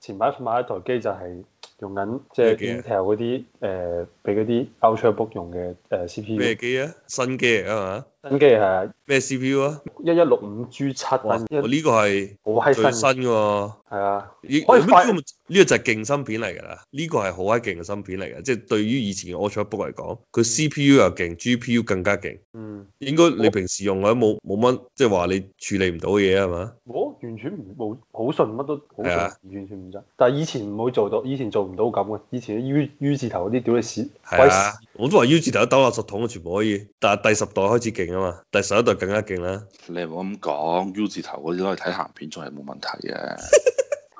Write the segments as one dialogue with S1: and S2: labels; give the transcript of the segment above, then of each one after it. S1: 前排買一台機就係用緊即係
S2: 咩機啊
S1: Intel 嗰啲誒，俾嗰啲 Ultrabook 用嘅誒 CPU。
S2: 咩機啊？新機嚟啊嘛？
S1: 新機係
S2: 咩 CPU 啊？
S1: 一一六五 G 七啊，
S2: 哇！我
S1: 一
S2: 呢個係
S1: 好閪
S2: 最
S1: 新
S2: 新
S1: 嘅，
S2: 嘅喎。
S1: 係啊，
S2: 呢
S1: 可以
S2: 呢
S1: 快
S2: 個咪呢個就係勁芯片嚟㗎啦，呢個係好閪勁嘅芯片嚟嘅，即係對於以前嘅 Ultrabook 嚟講，佢 CPU 又勁，GPU 更加勁。
S1: 嗯，
S2: 應該你平時用嘅冇冇乜，即係話你處理唔到嘅嘢係啊嘛？
S1: 我完全唔冇好順，乜都好
S2: 係啊
S1: 順，完全唔得。但係以前唔會做到，以前做唔到咁嘅，以前啲 U U 字頭嗰啲屌你屎，
S2: 係
S1: 鬼
S2: 啊
S1: 屎，
S2: 我都話 U 字頭兜垃圾桶全部可以，但係第十代開始勁啊嘛，第十一代更加勁啦。
S3: 你唔好咁講，U 字頭嗰啲攞嚟睇鹹片仲係冇問題嘅。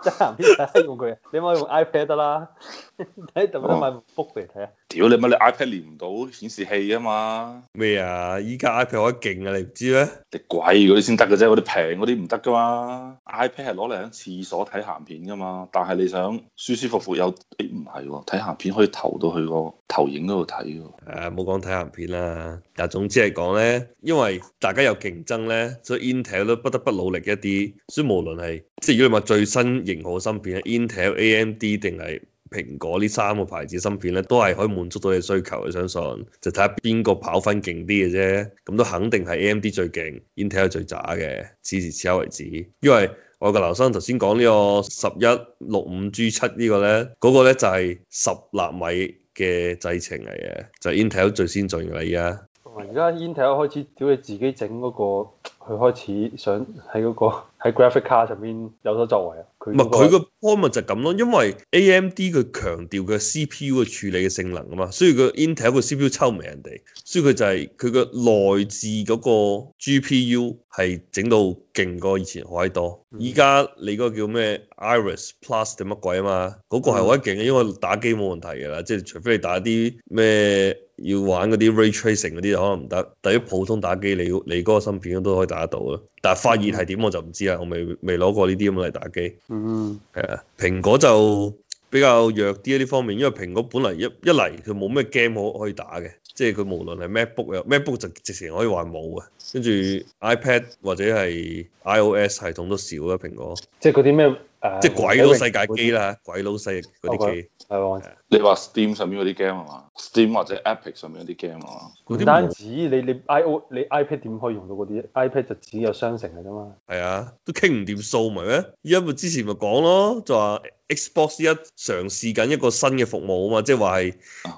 S1: 真係唔使用佢，你可以用 iPad 得啦， 睇得唔得買部 book 嚟睇啊？
S3: 屌你乜？你 iPad 連唔到顯示器啊嘛？
S2: 咩啊？依家 iPad 可以勁啊，你唔知咩？
S3: 你貴嗰啲先得嘅啫，嗰啲平嗰啲唔得噶嘛。iPad 係攞嚟喺廁所睇鹹片噶嘛，但係你想舒舒服服有，誒唔係喎，睇鹹片可以投到去個投影嗰度睇喎。
S2: 誒啊冇講睇鹹片啦，但係總之嚟講咧，因為大家有競爭咧，所以 Intel 都不得不努力一啲。所以無論係即係如果你話最新型號嘅芯片，Intel、AMD 定係蘋果呢三個牌子芯片咧，都係可以滿足到你需求嘅。相信就睇下邊個跑分勁啲嘅啫。咁都肯定係 AMD 最勁，Intel 係最渣嘅。此時此刻為止，因為我個劉生頭先講呢個十一六五 G 七呢個咧，嗰、個咧就係十納米嘅製程嚟嘅，就係 Intel 最先進嘅啦。而家
S1: 同埋而家 Intel 開始屌你自己整嗰、個，佢開始想 喺嗰、個喺 graphic card 上面有所作為啊！佢
S2: 唔
S1: 嗰
S2: 係
S1: 個
S2: 佢個 point 咪就係咁咯，因為 AMD 佢強調佢 CPU 嘅處理嘅性能啊嘛，所以佢 Intel 個 CPU 抽唔贏人哋，所以佢就係佢個內置嗰個 GPU 係整到勁過以前好閪多。
S1: 嗯
S2: 依家你嗰個叫咩 Iris Plus 定乜鬼啊嘛，嗰、
S1: 嗯
S2: 個係好閪勁嘅，因為打機冇問題㗎啦，即係除非你打啲咩。要玩嗰啲 ray tracing 嗰啲就可能唔得，但係啲普通打機你你嗰個芯片都可以打得到啦。但係發熱係點我就唔知啦，我未未攞過呢啲咁嚟打機。
S1: 嗯
S2: 係啊，蘋果就比較弱啲喺呢方面，因為蘋果本嚟一一嚟佢冇咩 game 可可以打嘅，即係佢無論係 MacBook 又 MacBook 就直情可以話冇啊，跟住 iPad 或者係 iOS 系統都少啊啦，蘋果
S1: 即係嗰啲啊咩誒，
S2: 即係鬼佬世界機啦，鬼佬世嗰啲機，
S1: 係喎
S3: 你話 Steam 上面嗰啲 game 啊嘛，Steam 或者 Epic 上面嗰啲 game 啊嘛，
S2: 嗰
S1: 唔
S2: 啲
S1: 單
S2: 冇
S1: 止你你 I O 你 iPad 點可以用到嗰啲？iPad 就只有商城嘅啫嘛。
S2: 係啊，都傾唔掂數咪咩？依家咪之前咪講咯，就話 Xbox 依家嘗試緊一個新嘅服務啊嘛，即係話係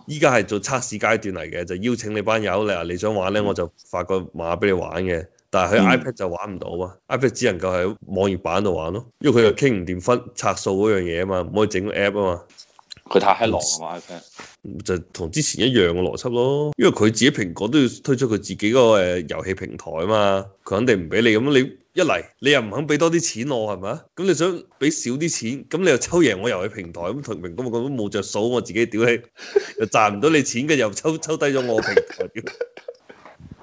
S2: 依家係做測試階段嚟嘅，就邀請你班友你話你想玩咧，我就發個碼俾你玩嘅。但係喺
S3: 嗯
S2: iPad 就玩唔到啊，iPad 只能夠喺網頁版度玩咯，因為佢又傾唔掂分拆數嗰樣嘢啊嘛，唔可以整個 app 啊嘛。
S3: 佢太閪狼啊嘛 iPad，
S2: 就同之前一樣嘅邏輯咯，因為佢自己蘋果都要推出佢自己嗰個誒遊戲平台啊嘛，佢肯定唔俾你咁，你一嚟你又唔肯俾多啲錢我係咪啊？咁你想俾少啲錢，咁你又抽贏我遊戲平台，咁同蘋果咪咁冇着數，我自己屌你，又賺唔到你錢嘅，又抽抽低咗我平台。屌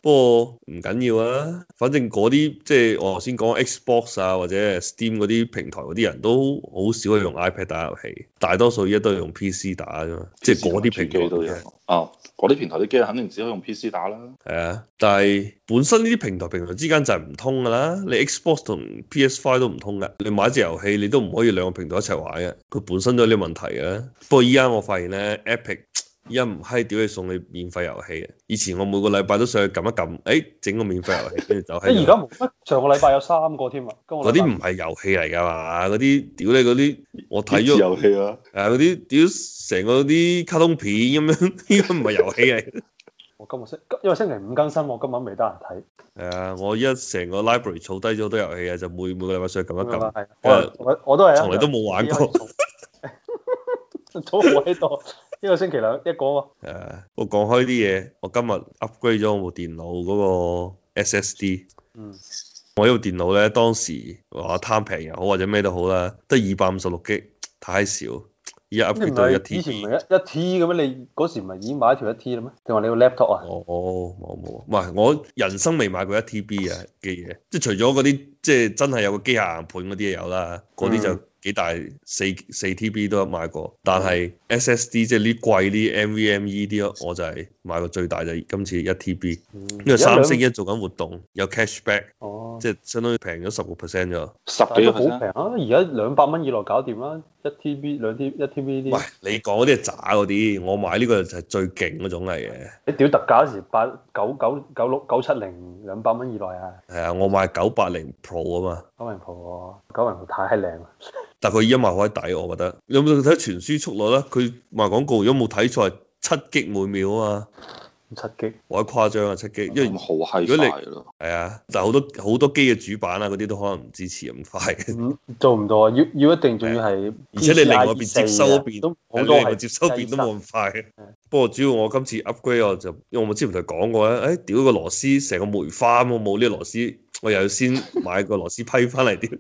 S2: 不過唔緊要啊，反正嗰啲即係我頭先講 Xbox 啊或者 Steam 嗰啲平台嗰啲人都好少係用 iPad 打遊戲，大多數依家都係用 PC 打啫嘛，即係嗰啲平台
S3: 機都有。啊，嗰啲平台啲機肯定只可以用 PC 打啦。
S2: 係啊，但係本身呢啲平台平台之間就係唔通㗎啦，你 Xbox 同 PS Five 都唔通㗎，你買隻遊戲你都唔可以兩個平台一齊玩嘅，佢本身都有啲問題嘅。不過依家我發現咧，Epic 依家唔閪屌你送你免費遊戲啊！以前我每個禮拜都上去撳一撳，誒、整個免費遊戲， 跟住就
S1: 即係
S2: 喺
S1: 而家冇乜，上個禮拜有三個添啊。今個
S2: 啊嗰
S1: 禮拜
S2: 啲唔係遊戲嚟㗎嘛，嗰啲屌你嗰啲我睇
S3: 益智
S2: 咗。
S3: 遊戲啊，
S2: 誒嗰啲屌成個啲卡通片咁樣， 呢個唔係遊戲嚟。
S1: 我今日星，因為星期五更新，我今晚未得閒睇。
S2: 係啊，我依家成個 library 儲低咗好多遊戲啊，就每每個禮拜上去撳一撳，
S1: 係啊我我我都係啊，
S2: 從嚟都冇玩過。
S1: 都冇喺度。呢個星期兩一啊個喎，
S2: 誒、呃我講開啲嘢，我今日 upgrade 咗我部電腦嗰個 SSD。
S1: 嗯，
S2: 我呢部電腦咧，當時話貪平又好或者咩都好啦，得二百五十六 G，太少。依家
S1: 咁你
S2: upgrade
S1: 唔
S2: 到一
S1: 係以前
S2: T。
S1: 唔係一一 T 嘅咩？你嗰時唔係已經買咗條一 T 啦咩？定話你個 laptop 啊？
S2: 哦，冇冇，唔係我人生未買過一啊 TB 嘅嘅嘢，即係除咗嗰啲即係真係有個機械硬盤嗰啲嘢有啦，嗰啲就幾大四四 TB 都有買過，但係 SSD 即係呢貴啲 NVMe E 啲咯，我就係買過最大就係今次一 TB，
S1: 嗯
S2: 因為三星
S1: 一兩
S2: 一做緊活動有 cashback，
S1: 哦，
S2: 即係相當於平咗十個 percent 咗。
S3: 十
S1: 但
S3: 幾
S1: 係
S3: 個
S1: 都好平
S3: percent，
S1: 啊！而家兩百蚊以內搞掂啦，一 TB 兩 T 一 TB 呢
S2: 喂
S1: 啲，，
S2: 你講嗰啲係渣嗰啲，我買呢個就係最勁嗰種嚟嘅。
S1: 你屌特價嗰時八九九九六九七零兩百蚊以內啊！
S2: 係啊，我買九八零 Pro 啊嘛，
S1: 九零鋪喎，九零鋪太靚啦！
S2: 但佢依家賣好閪抵，我覺得。你有冇睇傳輸速率咧？佢賣廣告，如果冇睇錯係七 G 每秒啊嘛，
S1: 七 G
S2: 好閪誇張啊七
S1: 哦
S2: G，因為
S3: 咁好
S2: 如果你
S3: 閪快咯。
S2: 係啊，但係好多好多機嘅主板啊嗰啲都可能唔支持咁 快嘅，
S1: 嗯做唔到啊！要要一定仲要係 PCIe 4啊，
S2: 而且你另外一邊接收嗰邊
S1: 啊都好
S2: 係
S1: 多
S2: 另外
S1: 係
S2: 接收邊都冇咁快
S1: 係。
S2: 嘅不過主要我今次 upgrade 我就，因為我之前同佢講過咧，誒、哎屌個螺絲成個梅花咁，我冇呢個螺絲，我又要先買個螺絲批翻嚟啲。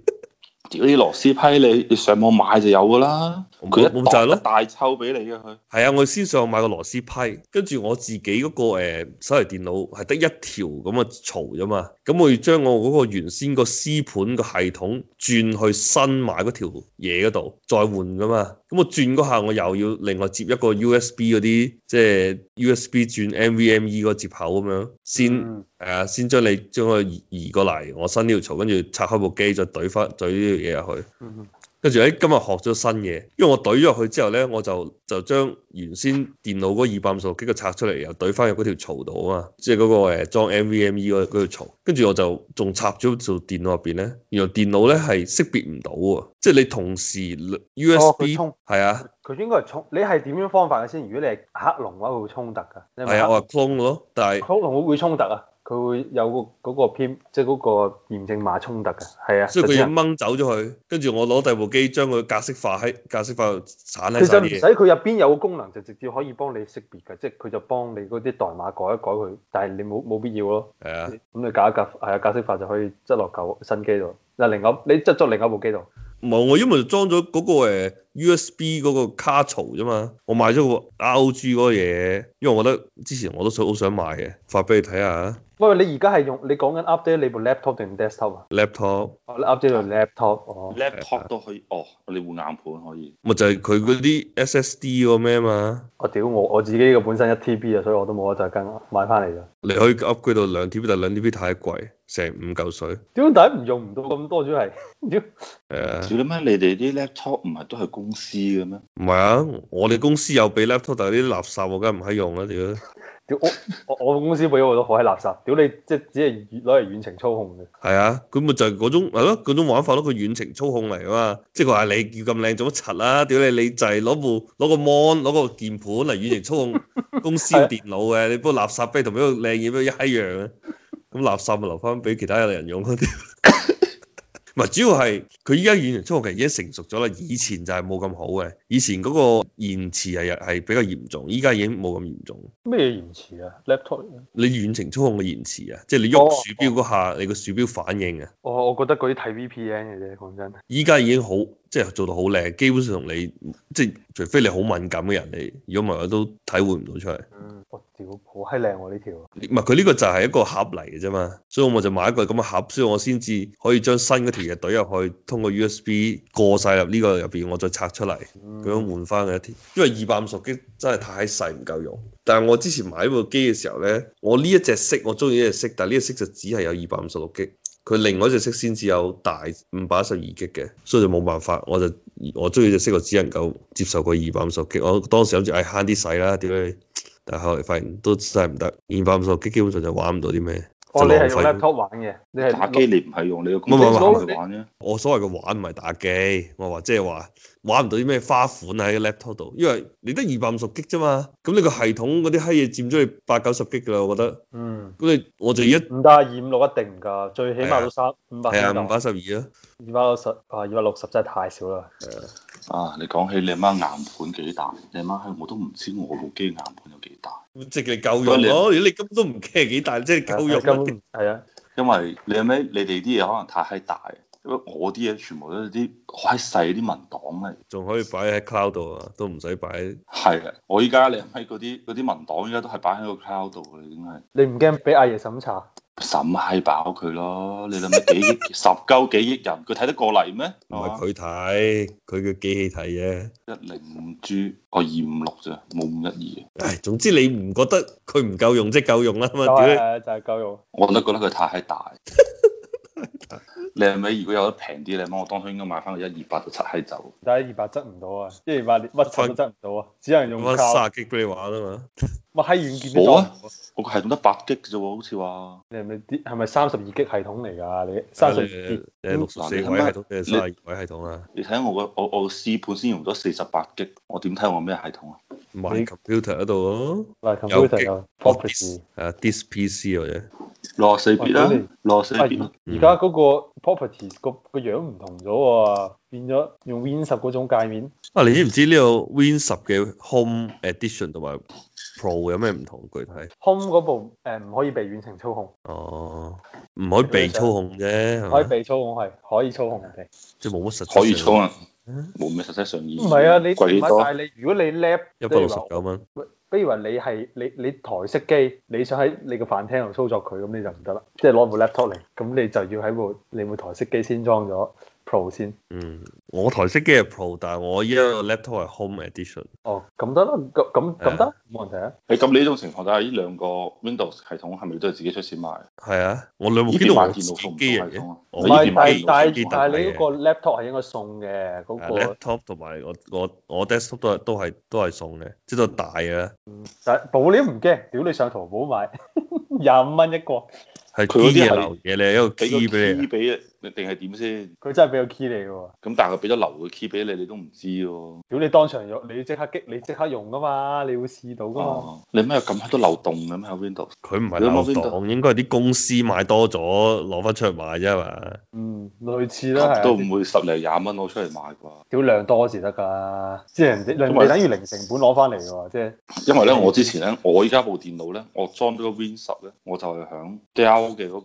S3: 屌啲螺絲批你，你上網買就有噶啦。
S2: 咁
S3: 佢
S2: 咁
S3: 一
S2: 就係咯
S3: 袋一大抽俾你嘅佢。
S2: 係啊，我先上買個螺絲批，跟住我自己嗰、個、呃、手提電腦係得一條咁嘅槽啫嘛，咁我要將我嗰個原先個 C 盤個系統轉去新買嗰條嘢嗰度再換噶嘛，咁我轉嗰下我又要另外接一個 USB 嗰啲，即係 USB 轉 NVMe E 嗰個接口咁樣先。
S1: 嗯
S2: 係啊，先將你將佢移移過嚟，我新呢條槽，跟住拆開部機，再懟翻懟呢條嘢入去。
S1: 嗯
S2: 跟住哎誒今日學咗新嘢，因為我懟咗入去之後咧，我就就將原先電腦嗰二百五十六 G 嘅拆出嚟，又懟翻入嗰條槽度啊嘛，即係嗰個誒裝 NVMe E 嗰嗰條槽。跟住我就仲插咗做電腦入邊咧，原來電腦咧係識別唔到喎，即係你同時
S1: 哦
S2: USB
S1: 佢
S2: 係、
S1: 衝
S2: 啊
S1: 佢應該係衝，你係點樣方法嘅先？如果你係黑龍嘅話，佢會衝突㗎。你係咪
S2: 係啊，
S1: 黑
S2: 我係 clone 咯，但係
S1: 黑龍會會衝突啊！佢會有個嗰個偏，即係嗰個驗證碼衝突嘅，係啊。
S2: 所以佢
S1: 就只
S2: 要
S1: 能
S2: 掹走咗佢，跟住我攞第二部機將佢格式化喺格式化鏟喺
S1: 其
S2: 晒
S1: 實
S2: 啲
S1: 唔
S2: 嘢
S1: 使。佢入邊有個功能就直接可以幫你識別嘅，即係佢就幫你嗰啲代碼改一改佢，但係你冇冇必要咯。
S2: 係啊，
S1: 咁你搞一格係啊格式化就可以執落舊新機度，嗱另外你執咗另外一部機度，
S2: 唔係我因為裝咗嗰個呃誒 USB 嗰個卡槽啫嘛，我買咗個 ROG 嗰個嘢，因為我覺得之前我都想好想買嘅，發俾你睇下
S1: 喂你而家係用你講緊 update 你部 laptop 定 desktop 啊？
S2: laptop，
S1: 哦你，update 到 laptop 哦，
S3: laptop 都可以，哦，你換硬盤可以。
S2: 咪就係佢嗰啲 SSD 個咩嘛，
S1: 我哦屌我我自己嘅本身一 TB 啊，所以我都冇得再跟買翻嚟咋。
S2: 你可以 upgrade 到兩 TB，但係兩 TB 太貴，成五嚿水，
S1: 屌但係唔用唔到咁多主要係，屌
S2: 係啊，
S3: 屌你媽！你哋啲 laptop 唔係都係公司嘅咩？
S2: 唔係啊，我哋公司有俾 laptop，但係啲垃圾我梗係唔閪用啦，屌，
S1: 屌我我我公司俾我都好閪垃圾，屌你即係只係攞嚟遠程操控嘅。
S2: 係啊，佢咪就係嗰種係咯，嗰種玩法咯，佢遠程操控嚟啊嘛，即係佢話你叫咁靚做乜柒啦？屌你，你就係攞部攞個 mon 攞個鍵盤嚟遠程操控公司嘅電腦嘅，你部垃圾俾同俾個靚嘢俾佢一樣嘅，咁垃圾咪留翻俾其他人用嗰啲。唔係，主要係佢依家遠程操控其實已經成熟咗啦，以前就係冇咁好嘅，以前嗰個延遲係係比較嚴重，依家已經冇咁嚴重。
S1: 咩延遲啊？laptop
S2: 你遠程操控嘅延遲啊，即係你
S1: 哦
S2: 喐鼠標嗰下，你個鼠標反應啊。
S1: 我我覺得嗰啲睇 VPN 嘅啫，講真。
S2: 依家已經好，即係做到好靚，基本上同你即係除非你好敏感嘅人，你如果唔係我都體會唔到出嚟。
S1: 嗯。我屌，好閪靚喎呢條。
S2: 唔係佢呢個就係一個盒嚟嘅啫嘛，所以我就買一個咁嘅盒，所以我先至可以將新嗰條嘢懟入去，通過 USB 過晒入呢個入邊，我再拆出嚟，咁樣換翻佢一條。因為二百五十 G 真係太細，唔夠用。但係我之前買呢部機嘅時候咧，我呢一隻色我中意呢隻色，但係呢隻色就只係有二百五十六 G。佢另外一隻色先至有大五百一十二 G 嘅，所以就冇辦法，我就我中意隻色，我只能夠接受個二百五十 G。我當時諗住唉慳啲使啦，屌你！但係後嚟發現都真係唔得，二百五十 G 基本上就玩唔到啲咩，
S1: 哦，
S2: 就
S1: 你
S2: 浪
S1: 係用
S2: 費。
S1: laptop 玩嘅，你係
S3: 打機你唔係用你個
S2: 唔係
S3: 公
S2: 唔
S3: 司
S2: 係
S3: 攞嚟玩啫。
S2: 我所謂嘅玩唔係打機，我話即係話玩唔到啲咩花款啊喺個 laptop 度，因為你得二百五十 G 啫嘛，咁你個系統嗰啲閪嘢佔咗你八九十 G 㗎啦，我覺得。
S1: 嗯，
S2: 咁你我就一
S1: 唔得，二五六一定唔㗎，最起碼都三五百
S2: 係啊
S1: 先
S2: 五
S1: 夠。
S2: 百一十二啊。
S1: 二百六十啊，二百六十真係太少啦。
S3: 啊！你講起你媽硬盤幾大，你媽閪我都唔知我部機硬盤有幾大，
S2: 即係你夠用咯，如果你根本都唔 care 幾大，即係 夠用
S1: 根
S2: 咯。
S1: 本係啊，
S3: 因為你咩你哋啲嘢可能太閪大，因為我啲嘢全部都係啲好閪細啲文檔嚟。
S2: 仲可以擺喺 cloud 度啊，都唔使擺。
S3: 係啊，我依家你喺嗰啲嗰啲文檔依家都係擺喺個 cloud 度嘅，已經係。
S1: 你唔驚俾阿爺審查？
S3: 審閪飽佢咯！你諗下 幾億十鳩幾億人，佢睇得過嚟咩？
S2: 唔係佢睇，佢嘅機器睇啫。
S3: 一零五 G，我二五六啫，冇五一二。
S2: 唉，總之你唔覺得佢唔夠用即係夠啊用啦嘛？
S1: 就係
S2: 屌
S1: 係就係夠用。
S3: 我都覺得佢太閪大。你係咪如果有得平啲，你媽我當初應該買翻個一二八就七閪走。
S1: 但係二百執唔到啊，一二百連乜柒都執唔到啊，只能
S2: 你，
S1: 用
S2: 我
S1: 卡。
S2: 卅 G 俾你玩啊嘛。
S1: 乜閪軟件都
S3: 冇
S1: 裝
S3: 啊
S1: 唔到。
S3: 我個系統得八 G 啫喎，好似話。
S1: 你係咪啲係咪三十二 G 系統嚟㗎？你三十二 G
S2: 你係六十四位系統定係卅二位系統啊？
S3: 你睇下我個我我個 C 盤先用咗四十八 G，我點睇我咩系統啊？
S2: 唔係 computer 嗰度咯，
S1: 嗱
S2: 有
S1: 啊 computer
S2: 機
S1: 有 property。
S2: 啊 dis PC 嗰啫。
S3: 六十四 bit 啦
S1: 哇屌，
S3: 六十四
S1: 啊
S3: bit 啦。
S2: 嗯
S1: 而而家嗰個 property 個個樣唔同咗喎，變咗用 Win 十嗰種界面。
S2: 啊，你知唔知呢個 Win 十嘅 Home Edition 同埋 Pro 有咩唔同？具體
S1: Home 嗰部誒唔可以被遠程操控，
S2: 哦，唔可以被操控啫，
S1: 可以
S2: 係咪？
S1: 被操控係可以操控人哋。
S2: 即係冇乜實質上
S3: 可以充啊
S2: 嗯，
S3: 冇咩實質上意義。
S1: 唔係啊，你
S3: 貴幾
S1: 唔係
S3: 多？
S1: 但係你如果你 lab
S2: 一百六十九蚊。
S1: 比如話你係你你台式機，你想喺你個飯廳度操作佢，咁你就唔得啦，即係攞部 laptop 嚟，咁你就要喺部你部台式機先裝咗 Pro 先。
S2: 嗯，我台式機係 Pro，但係我依家個 laptop 係 Home Edition。
S1: 哦，咁得啦，咁咁咁得，冇問題啊。
S3: 你咁你呢種情況底下，呢兩個 Windows 系統係咪都係自己出錢買？
S2: 係啊，我兩部
S3: 呢
S2: 機都
S3: 邊買
S2: 我自
S3: 電腦
S2: 己
S3: 送唔到
S2: 機
S3: 系
S2: 嚟嘅
S3: 統。啊？
S2: 我
S1: 唔
S2: 呢
S1: 係
S2: 邊，
S1: 但
S2: 買
S1: 係
S2: 電
S1: 但
S2: 腦機
S1: 係
S2: 同
S1: 但係
S2: 埋
S1: 你
S2: 嘅
S1: 嗰個 laptop 係應該送嘅，嗰、
S2: 啊
S1: 個
S2: laptop 同埋我我我 desktop 都係都係都係送嘅，即係都係大嘅啦。
S1: 但係保你都唔驚，屌你上淘寶買 廿五蚊一個，
S2: 係
S3: 佢嗰啲
S2: key 嘅
S3: 係
S2: 流嘢，你係一個
S3: 俾個
S2: key 俾你啊
S3: key 俾你定係點先？
S1: 佢真係俾個 key 你嘅喎。
S3: 咁但係佢俾咗流個 key 俾你，你都唔知喎。
S1: 屌你當場用，你即刻激，你即刻用噶嘛，你會試到噶嘛。
S3: 哦，你咩有咁閪多漏洞嘅咩喺 Windows？
S2: 啊，佢唔係
S3: 你有冇
S2: 流檔，應該係啲公司買多咗攞翻出去賣啫嘛。
S1: 嗯，類似啦，係啊
S3: 都唔會十零廿蚊攞出嚟賣啩。
S1: 屌量多先得㗎，即係人哋人哋等於零成本攞翻嚟㗎喎，即係
S3: 因為咧，我之前咧，我依家部電腦咧，我裝咗個 Win 十咧，我就係響 Dell 嘅嗰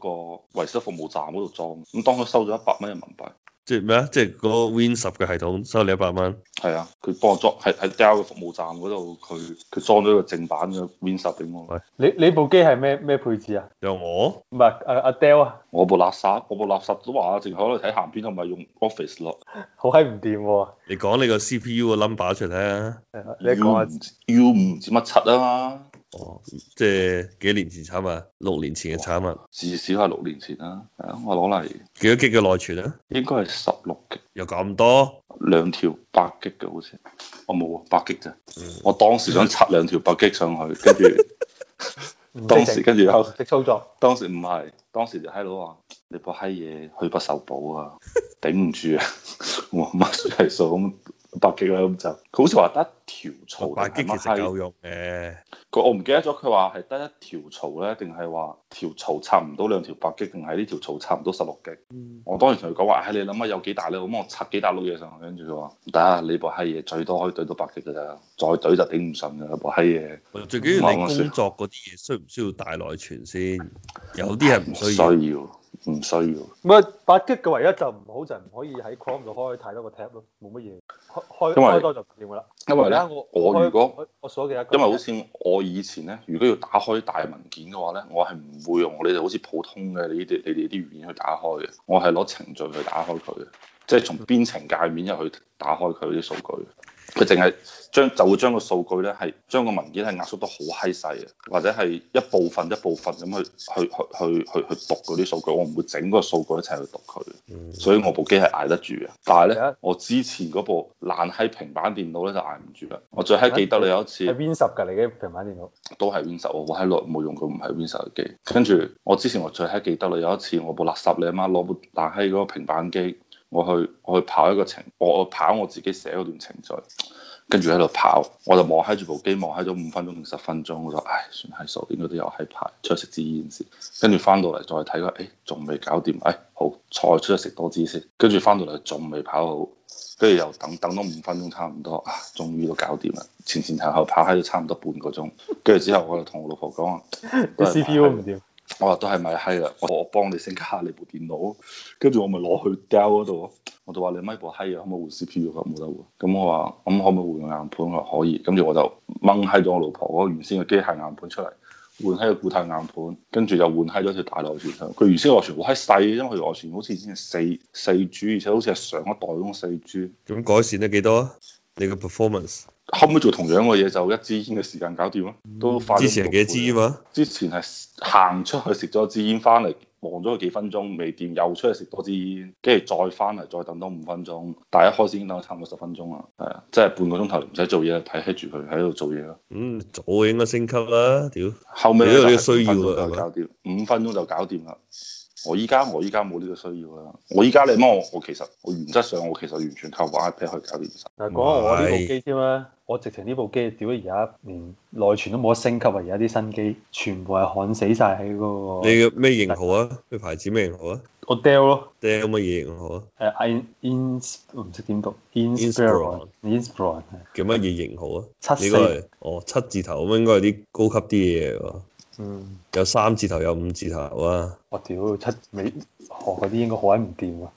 S3: 個維修服務站嗰度裝。咁當佢收咗一百蚊人民幣，
S2: 即係咩啊？即係嗰個 Win 十嘅系統收你一百蚊，
S3: 係啊，佢幫我裝喺喺 Dell 嘅服務站嗰度，佢佢裝咗個正版嘅 Win 十俾我。
S1: 你你部機係咩咩配置啊？
S2: 有我
S1: 唔係阿阿 Dell 啊，
S3: 我部垃圾，我部垃圾都話淨係可以睇鹹片同埋用 Office 咯。
S1: 好閪唔掂喎！
S2: 你講你個 CPU 個 number 出嚟啊睇下。
S1: 你講啊下
S3: U 唔知乜七啊嘛，
S2: 哦，即係幾年前產物，六年前嘅產物，
S3: 至少係六年前啦。係啊，我攞嚟
S2: 幾多 G 嘅內存啊？
S3: 應該係十六 G，
S2: 有咁多？
S3: 兩條八 G 嘅好似。我冇啊，八 G 啫。我當時想插兩條八 G 上去， 跟住。
S1: 唔
S3: 當
S1: 識
S3: 時
S1: 整，
S3: 跟住有，
S1: 唔識操作，
S3: 當時唔係，當時就閪佬話：你部閪嘢去不受 補啊，頂唔住啊！我話乜算係數咁百幾啦咁就，佢好似話得一條槽
S2: 哦六百 G
S3: 定
S2: 其
S3: 啊係乜
S2: 實
S3: 閪
S2: 夠用嘅，
S3: 佢我唔記得咗，佢話係得一條槽咧，定係話條槽插唔到兩條百 G，定係呢條槽插唔到十六 G？我
S2: 嗯
S3: 當時同佢講話：唉、你諗下有幾大咧？咁我插幾大碌嘢上去，跟住佢話唔得啊，你部閪嘢最多可以對到百 G 㗎咋，再對就頂唔順㗎啦，部閪嘢。
S2: 最緊要你
S3: 冇冇事
S2: 工作嗰啲嘢需唔需要大內存先？有啲係唔需要。
S3: 需要，唔需要。
S1: 唔係八 G 嘅唯一就唔好就係唔可以喺 Chrome 度開太多個 tab 咯，冇乜嘢，開開
S3: 因為
S1: 開多就唔掂㗎啦。
S3: 因為
S1: 而
S3: 咧
S1: 家我
S3: 我
S1: 開
S3: 如果
S1: 我我所記得，
S3: 因為好似我以前咧，如果要打開大文件嘅話咧，我係唔會用你哋好似普通嘅你哋你哋啲語言去打開嘅，我係攞程序去打開佢嘅，即係從
S1: 嗯
S3: 編程界面入去打開佢啲數據。佢淨係將就會將個數據咧係將個文件係壓縮得好閪細嘅，或者係一部分一部分咁去去去去去去讀嗰啲數據，我唔會整個數據一齊去讀佢。
S2: 嗯
S3: 所以我部機係捱得住嘅。但係
S1: 係
S3: 咧
S1: 啊，
S3: 我之前嗰部爛閪平板電腦咧就捱唔住啦。我最閪記得你有一次
S1: 係 Win 十㗎，你嘅平板電腦
S3: 都係 Win 十，我喺耐冇用過唔係 Win 十嘅機。跟住我之前我最閪記得你有一次我部垃圾你阿媽攞部爛閪嗰個平板機，我去我去跑一個程，我我跑我自己寫嗰段程序。跟住喺度跑，我就望喺住部機，望喺咗五分鐘定十分鐘，我就唉算係數，應該都有閪排，出去食支煙先。跟住翻到嚟再睇佢，誒哎仲未搞掂，誒、哎好菜出去食多支先。跟住翻到嚟仲未跑好，跟住又等等多五分鐘差唔多，啊終於都搞掂啦。前前後後跑喺度差唔多半個鐘，跟住之後我就同我老婆講啊話，都
S1: 啲
S3: 係
S1: CPU 唔掂，
S3: 我哦話都係咪閪啦，我我幫你升級下你部電腦，跟住我咪攞去 Dell 嗰度，我就話你咪部閪啊，可唔可以換 CPU 佢話冇得換，咁我話啊咁可唔可以換個硬盤？佢話可以，跟住我就掹閪咗我老婆嗰個原先嘅機械硬盤出嚟，換閪個固態硬盤，跟住又換閪咗條大內存上。佢原先個內存好閪細，因為佢內存好似先四四 G，而且好似係上一代嗰種四 G。
S2: 咁改善咗幾多啊？你個 performance
S3: 後尾做同樣嘅嘢就一支煙嘅時間搞掂咯，都快咗
S2: 之前係幾
S3: 六倍啊
S2: 支啊嘛？
S3: 之前係行出去食咗支煙，翻嚟望咗佢幾分鐘未掂，又出去食多支煙，跟住再翻嚟再等多五分鐘。但係一開始已經等咗差唔多十分鐘啦，係啊，即係半個鐘頭唔使做嘢，睇住佢喺度做嘢咯。
S2: 嗯，早應該升級啦，屌！
S3: 後尾
S2: 你都有呢個需要
S3: 就
S2: 啦係
S3: 係
S2: 咪
S3: 搞掂，五分鐘就搞掂啦。我依家我依家冇呢個需要啦。我依家你幫我，我其實我原則上我其實完全靠部 iPad 去搞掂晒。
S1: 嗱，講下我呢部機添啦，我直情呢部機屌而家連內存都冇得升級啊！而家啲新機全部係焊死晒喺嗰
S2: 你
S1: 個
S2: 嘅咩型號啊？咩牌子咩型號啊
S1: 我 Dell 咯，
S2: ？Dell 乜嘢型號啊？
S1: 誒 In Ins 我唔識點讀 Inspiron，Inspiron
S2: 叫乜嘢型號啊？
S1: 七
S2: 你
S1: 四
S2: 嗰個係哦七字頭咁應該係啲高級啲嘢喎，
S1: 嗯，
S2: 有三字頭有五字頭啊。
S1: 我屌七美學嗰啲應該好閪唔掂啊！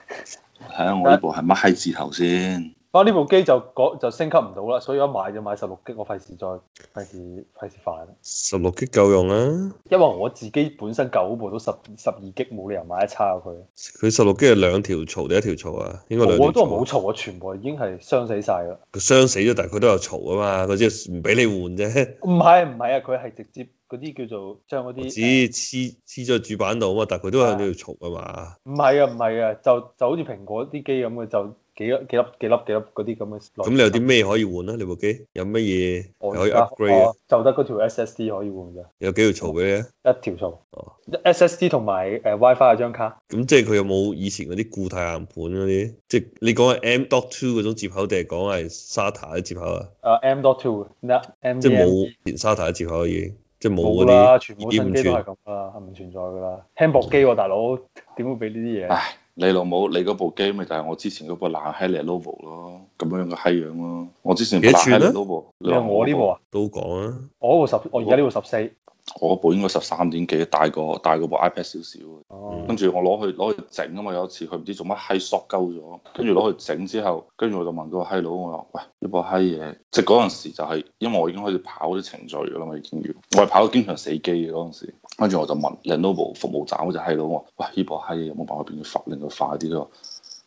S3: 睇下我呢部係乜閪字頭先。
S1: 啊！呢部機就嗰就升級唔到啦，所以我一買就買十六 G，我費事再費事費事煩啦。
S2: 十六 G 夠用啊！
S1: 因為我自己本身舊嗰部都十十二 G，冇理由買一差過佢。
S2: 佢十六 G 係兩條槽定一條槽啊？應該兩條槽。
S1: 我都係冇嘈，我全部已經係傷死晒啦。
S2: 佢傷死咗，但係佢都有槽啊嘛，佢只係唔俾你換啫。
S1: 唔係唔係啊，佢係直接嗰啲叫做將嗰
S2: 我只
S1: 啲，
S2: 黐黐咗主板度啊嘛，但係佢都有呢條槽啊嘛。
S1: 唔係啊唔係啊，就就好似蘋果啲機咁嘅，就幾粒幾粒幾粒幾粒嗰啲咁嘅。啊
S2: 咁你有啲咩可以換啊？你部機有乜嘢
S1: 嗯我
S2: 可以
S1: 而家哦
S2: upgrade 啊
S1: 我？就得嗰條 SSD 可以換咋，
S2: 有幾條槽俾你啊？
S1: 一條數。
S2: 哦
S1: SSD 同埋誒 WiFi 嗰張卡，
S2: 咁即係佢有冇以前嗰啲固態硬盤嗰啲？即係你講係 M dot two 嗰種接口，定係講係 SATA 啲接口啊？
S1: 誒 M dot two 嗱 M
S2: 即係
S1: D
S2: 冇連 SATA 接口已經，即係冇
S1: 冇
S2: 嗰
S1: 啦，
S2: 啲
S1: 全部
S2: 2.5
S1: 新機都係
S2: 寸
S1: 咁啦，係唔存在噶啦。輕薄機喎，大佬點會俾呢啲嘢？
S3: 唉，你老母，你嗰部機咪就係我之前嗰部爛閪嚟 Lenovo 咯，咁樣嘅閪樣咯。我之前部
S2: 幾多
S3: 爛閪
S2: 寸
S3: 嚟
S2: 呢
S3: Lenovo，
S1: 啊你話我呢部啊？
S2: 都講啊。
S1: 我嗰部十，我而家呢部十四。
S3: 我嗰部應該十三點幾，大過大過部 iPad 少少。
S1: 哦
S3: 跟住我攞去攞去整啊嘛，有一次佢唔知做乜閪索鳩咗，跟住攞去整之後，跟住我就問嗰個閪佬，我話：喂，呢部閪嘢，即係嗰陣時就係、因為我已經開始跑啲程序㗎啦嘛，已經要我係跑到經常死機嘅嗰陣時，跟住我就問 Lenovo 服務站嗰只閪佬，我話：喂，呢部閪嘢有冇辦法變佢快，令佢快啲？佢話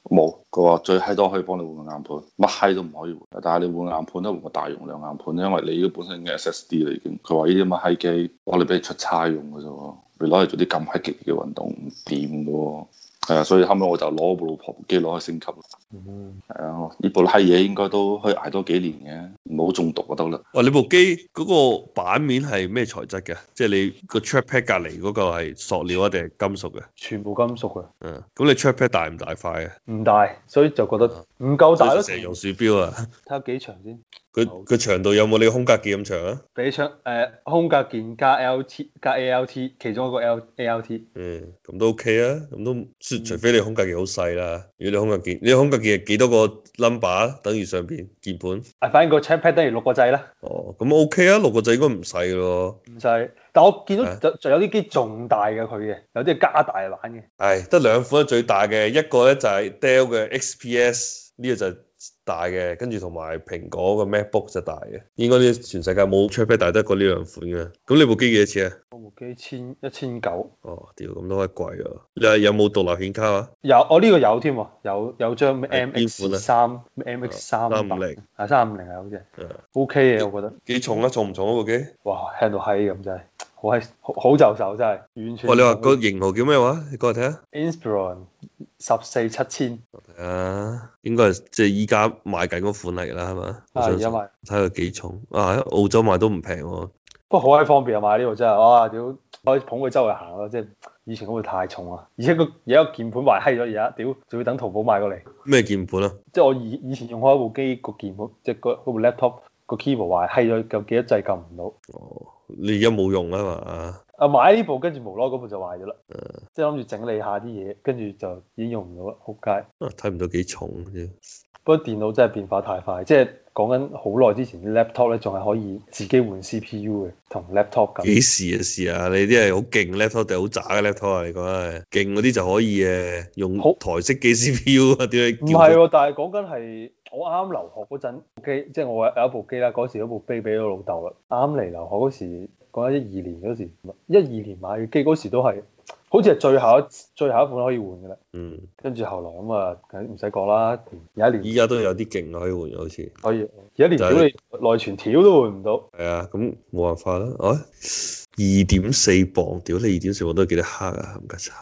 S3: 冇，佢話最閪多可以幫你換個硬盤，乜閪都唔可以換，但係你換個硬盤都換個大容量硬盤，因為你呢個本身嘅 SSD 啦已經。佢話呢啲乜閪機攞嚟俾你出差用嘅啫喎，你攞嚟做啲咁閪極嘅運動唔掂嘅喎。係啊，所以後尾我就攞部老婆部機攞去升級。
S1: 嗯
S3: 係啊，呢部閪嘢應該都可以捱多幾年嘅，唔好中毒就啊得啦。
S2: 哇！你部機嗰個版面係咩材質嘅？即係你個 trackpad 隔離嗰個係塑料啊定係金屬嘅？
S1: 全部金屬嘅，
S2: 嗯，咁你 trackpad 大唔大塊啊？
S1: 唔大，所以就覺得唔夠大
S2: 所以
S1: 咯。
S2: 就成日用
S1: 睇
S2: 鼠標啊！
S1: 下幾長先。
S2: 佢佢長度有冇你個空格幾咁長啊？
S1: 比長誒、空格鍵加 LT 加 ALT，其中一個 L ALT
S2: 嗯，咁都 OK 啊，咁都
S1: 嗯
S2: 除除非你空格鍵好細啦。如果你空格鍵，你空格鍵係幾多個 number 啊等於上邊鍵盤？
S1: 啊，反正個 checkpad 等於六個掣啦，
S2: 哦，咁 OK 啊，六個掣應該唔細咯。
S1: 唔使。但我見到
S2: 啊
S1: 就就有啲機仲大嘅佢嘅，有啲係加大版嘅。
S2: 唉，得兩款係最大嘅，一個咧就係 Dell 嘅 XPS，呢個就係大嘅，跟住同埋蘋果嘅 MacBook 就大嘅。應該呢全世界冇 trackpad 大得過呢兩款嘅。咁你部機幾多錢啊？
S1: 我部機千一千九，
S2: 哦，屌，咁都係貴啊！你話有冇獨立顯卡啊？
S1: 有我呢個有添喎，有有張咩
S2: 係
S1: MX
S2: 邊啊哦
S1: 三 MX 三
S2: 350
S1: 啊三五零啊好似
S2: 誒，
S1: OK 嘅我覺得，
S2: 幾重啊？重唔重啊？部機？
S1: 哇輕到閪咁真係，好閪好好就手真係，完全。
S2: 哦哇！你話個型號叫咩話？你過嚟睇啊下。
S1: Inspiron 十四七千，
S2: 啊，應該係即係依家買緊嗰款嚟啦，係嘛？我
S1: 啊
S2: 相
S1: 而
S2: 信
S1: 家買
S2: 睇佢幾重啊！喺澳洲買都唔平喎，
S1: 不過好閪方便啊！買呢度真係，哇屌，可以捧佢周圍行咯，即係以前嗰部太重啊，而且個而家個鍵盤壞閪咗，而家屌仲要等淘寶買過嚟，
S2: 咩鍵盤啊？
S1: 即係我以以前用開部機個鍵盤，即係嗰嗰部 laptop 個 keyboard 壞閪咗，撳幾多掣撳唔到。
S2: 哦，你而家冇用啦嘛？
S1: 啊買呢部跟住無啦啦嗰部就壞咗啦，即係諗住整理下啲嘢，跟住就已經用唔到啦，撲街！
S2: 啊，睇唔到幾重啫。
S1: 不過電腦真係變化太快，即係講緊好耐之前啲 laptop 咧，仲係可以自己換 CPU 嘅，同 laptop 咁。
S2: 幾時嘅事啊？你啲係好勁 laptop 定係好渣嘅 laptop 啊？你講係勁嗰啲就可以誒用
S1: 好
S2: 台式機 CPU 啊？點解
S1: 唔係喎，但係講緊係我啱啱留學嗰陣部機，即係我有一部機啦。嗰時嗰部機俾咗老豆啦。啱嚟留學嗰時，講緊一二年嗰時，一二年買嘅機嗰時都係，好似係最後一最後一款可以換嘅啦。
S2: 嗯，
S1: 跟住後來咁啊，梗係唔使講啦，有一
S2: 依
S1: 年
S2: 家都有啲勁啊可以換嘅，好似
S1: 可以，有一年
S2: 就
S1: 屌
S2: 係
S1: 你內存條都換唔到。
S2: 係啊，咁冇辦法啦，啊，二點四磅，屌你二點四磅都幾多克啊，冚家鏟，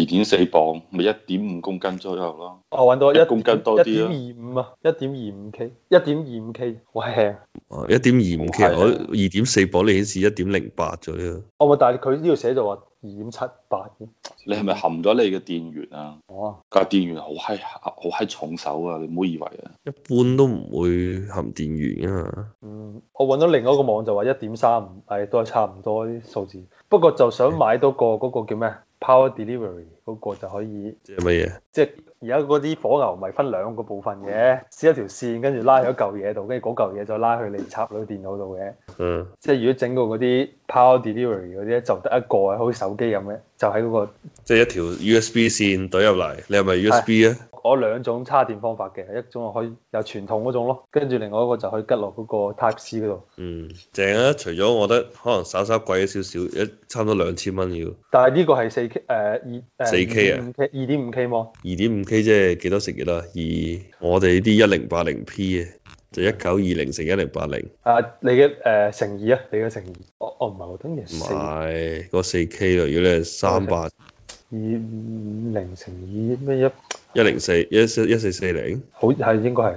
S3: 二點四磅，咪一點五公斤左右咯。
S1: 我揾啊到
S3: 一
S1: 一
S3: 公斤多啲啊
S1: 一點二五啊，一點二五 K，一點二五 K，好輕。啊
S2: 哦，一點二五 K，
S3: 係啊
S2: 我二點四磅你顯示一點零八左右，
S1: 哦，唔係但係佢呢度寫就話二點七八哦嘅。
S3: 你係咪含咗你嘅電源啊？
S1: 哇！
S3: 架電源好閪好閪重手啊！你唔好以為啊，
S2: 一般都唔會含電源啊嘛。
S1: 嗯，我揾到另外一個網就話一點三五，係都係差唔多啲數字。不過就想買多個嗰個叫咩 Power Delivery 嗰個就可以，
S2: 即係乜嘢？
S1: 即係而家嗰啲火牛咪分兩個部分
S3: 嗯
S1: 嘅，撕一條線跟住拉喺嚿嘢度，跟住嗰嚿嘢再拉去你插到電腦度嘅。
S2: 嗯，
S1: 即係如果整個嗰啲 Power Delivery 嗰啲咧，就得一個啊，好似手機咁嘅，就喺嗰個
S2: 即係一條 USB 線懟入嚟，你係咪 USB 啊？
S1: 我兩種叉電方法嘅，一種可以有傳統嗰種咯，跟住另外一個就可以吉落嗰個 Type C 嗰度。
S2: 嗯，正啊！除咗我覺得可能稍稍貴咗少少，一差唔多兩千蚊要
S1: 但係呢個係四 K 誒二誒
S2: 4K 啊
S1: 五 K 二點五 K 麼？
S2: 二點五 K 即係幾多乘幾多啊？二我哋呢啲一零八零 P 嘅就一九二零乘一零八零，
S1: 啊，你嘅誒乘以啊，你嘅乘以，我我唔係我等於
S2: 唔
S1: 四二
S2: 係嗰四 K 咯。如果你係三百
S1: 五零乘以咩一，
S2: 一零四一四一四四零，
S1: 好係應該係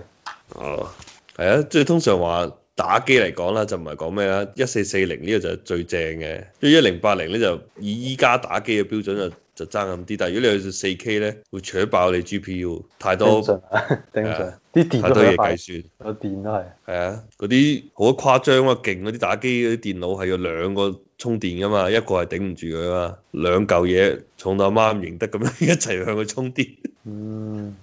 S2: 哦，係啊，即係通常話。打機嚟講啦，就唔係講咩啦，一四四零呢個就係最正嘅，因為一零八零咧就以依家打機嘅標準就就爭咁啲，但係如果你去到四 K 咧，會扯爆你 GPU，
S1: 頂
S2: 太
S1: 唔
S2: 多
S1: 順啊， 頂唔順
S2: 啊，
S1: 啲電
S2: 太
S1: 都
S2: 多
S1: 係
S2: 嘢
S1: 一
S2: 計
S1: 塊，
S2: 算。
S1: 個電都係。
S2: 係啊，嗰啲好誇張啊！勁嗰啲打機嗰啲電腦係有兩個充電噶嘛，一個係頂唔住 佢噶嘛，兩嚿嘢重到阿媽唔認得咁樣一齊向佢充電。
S1: 嗯，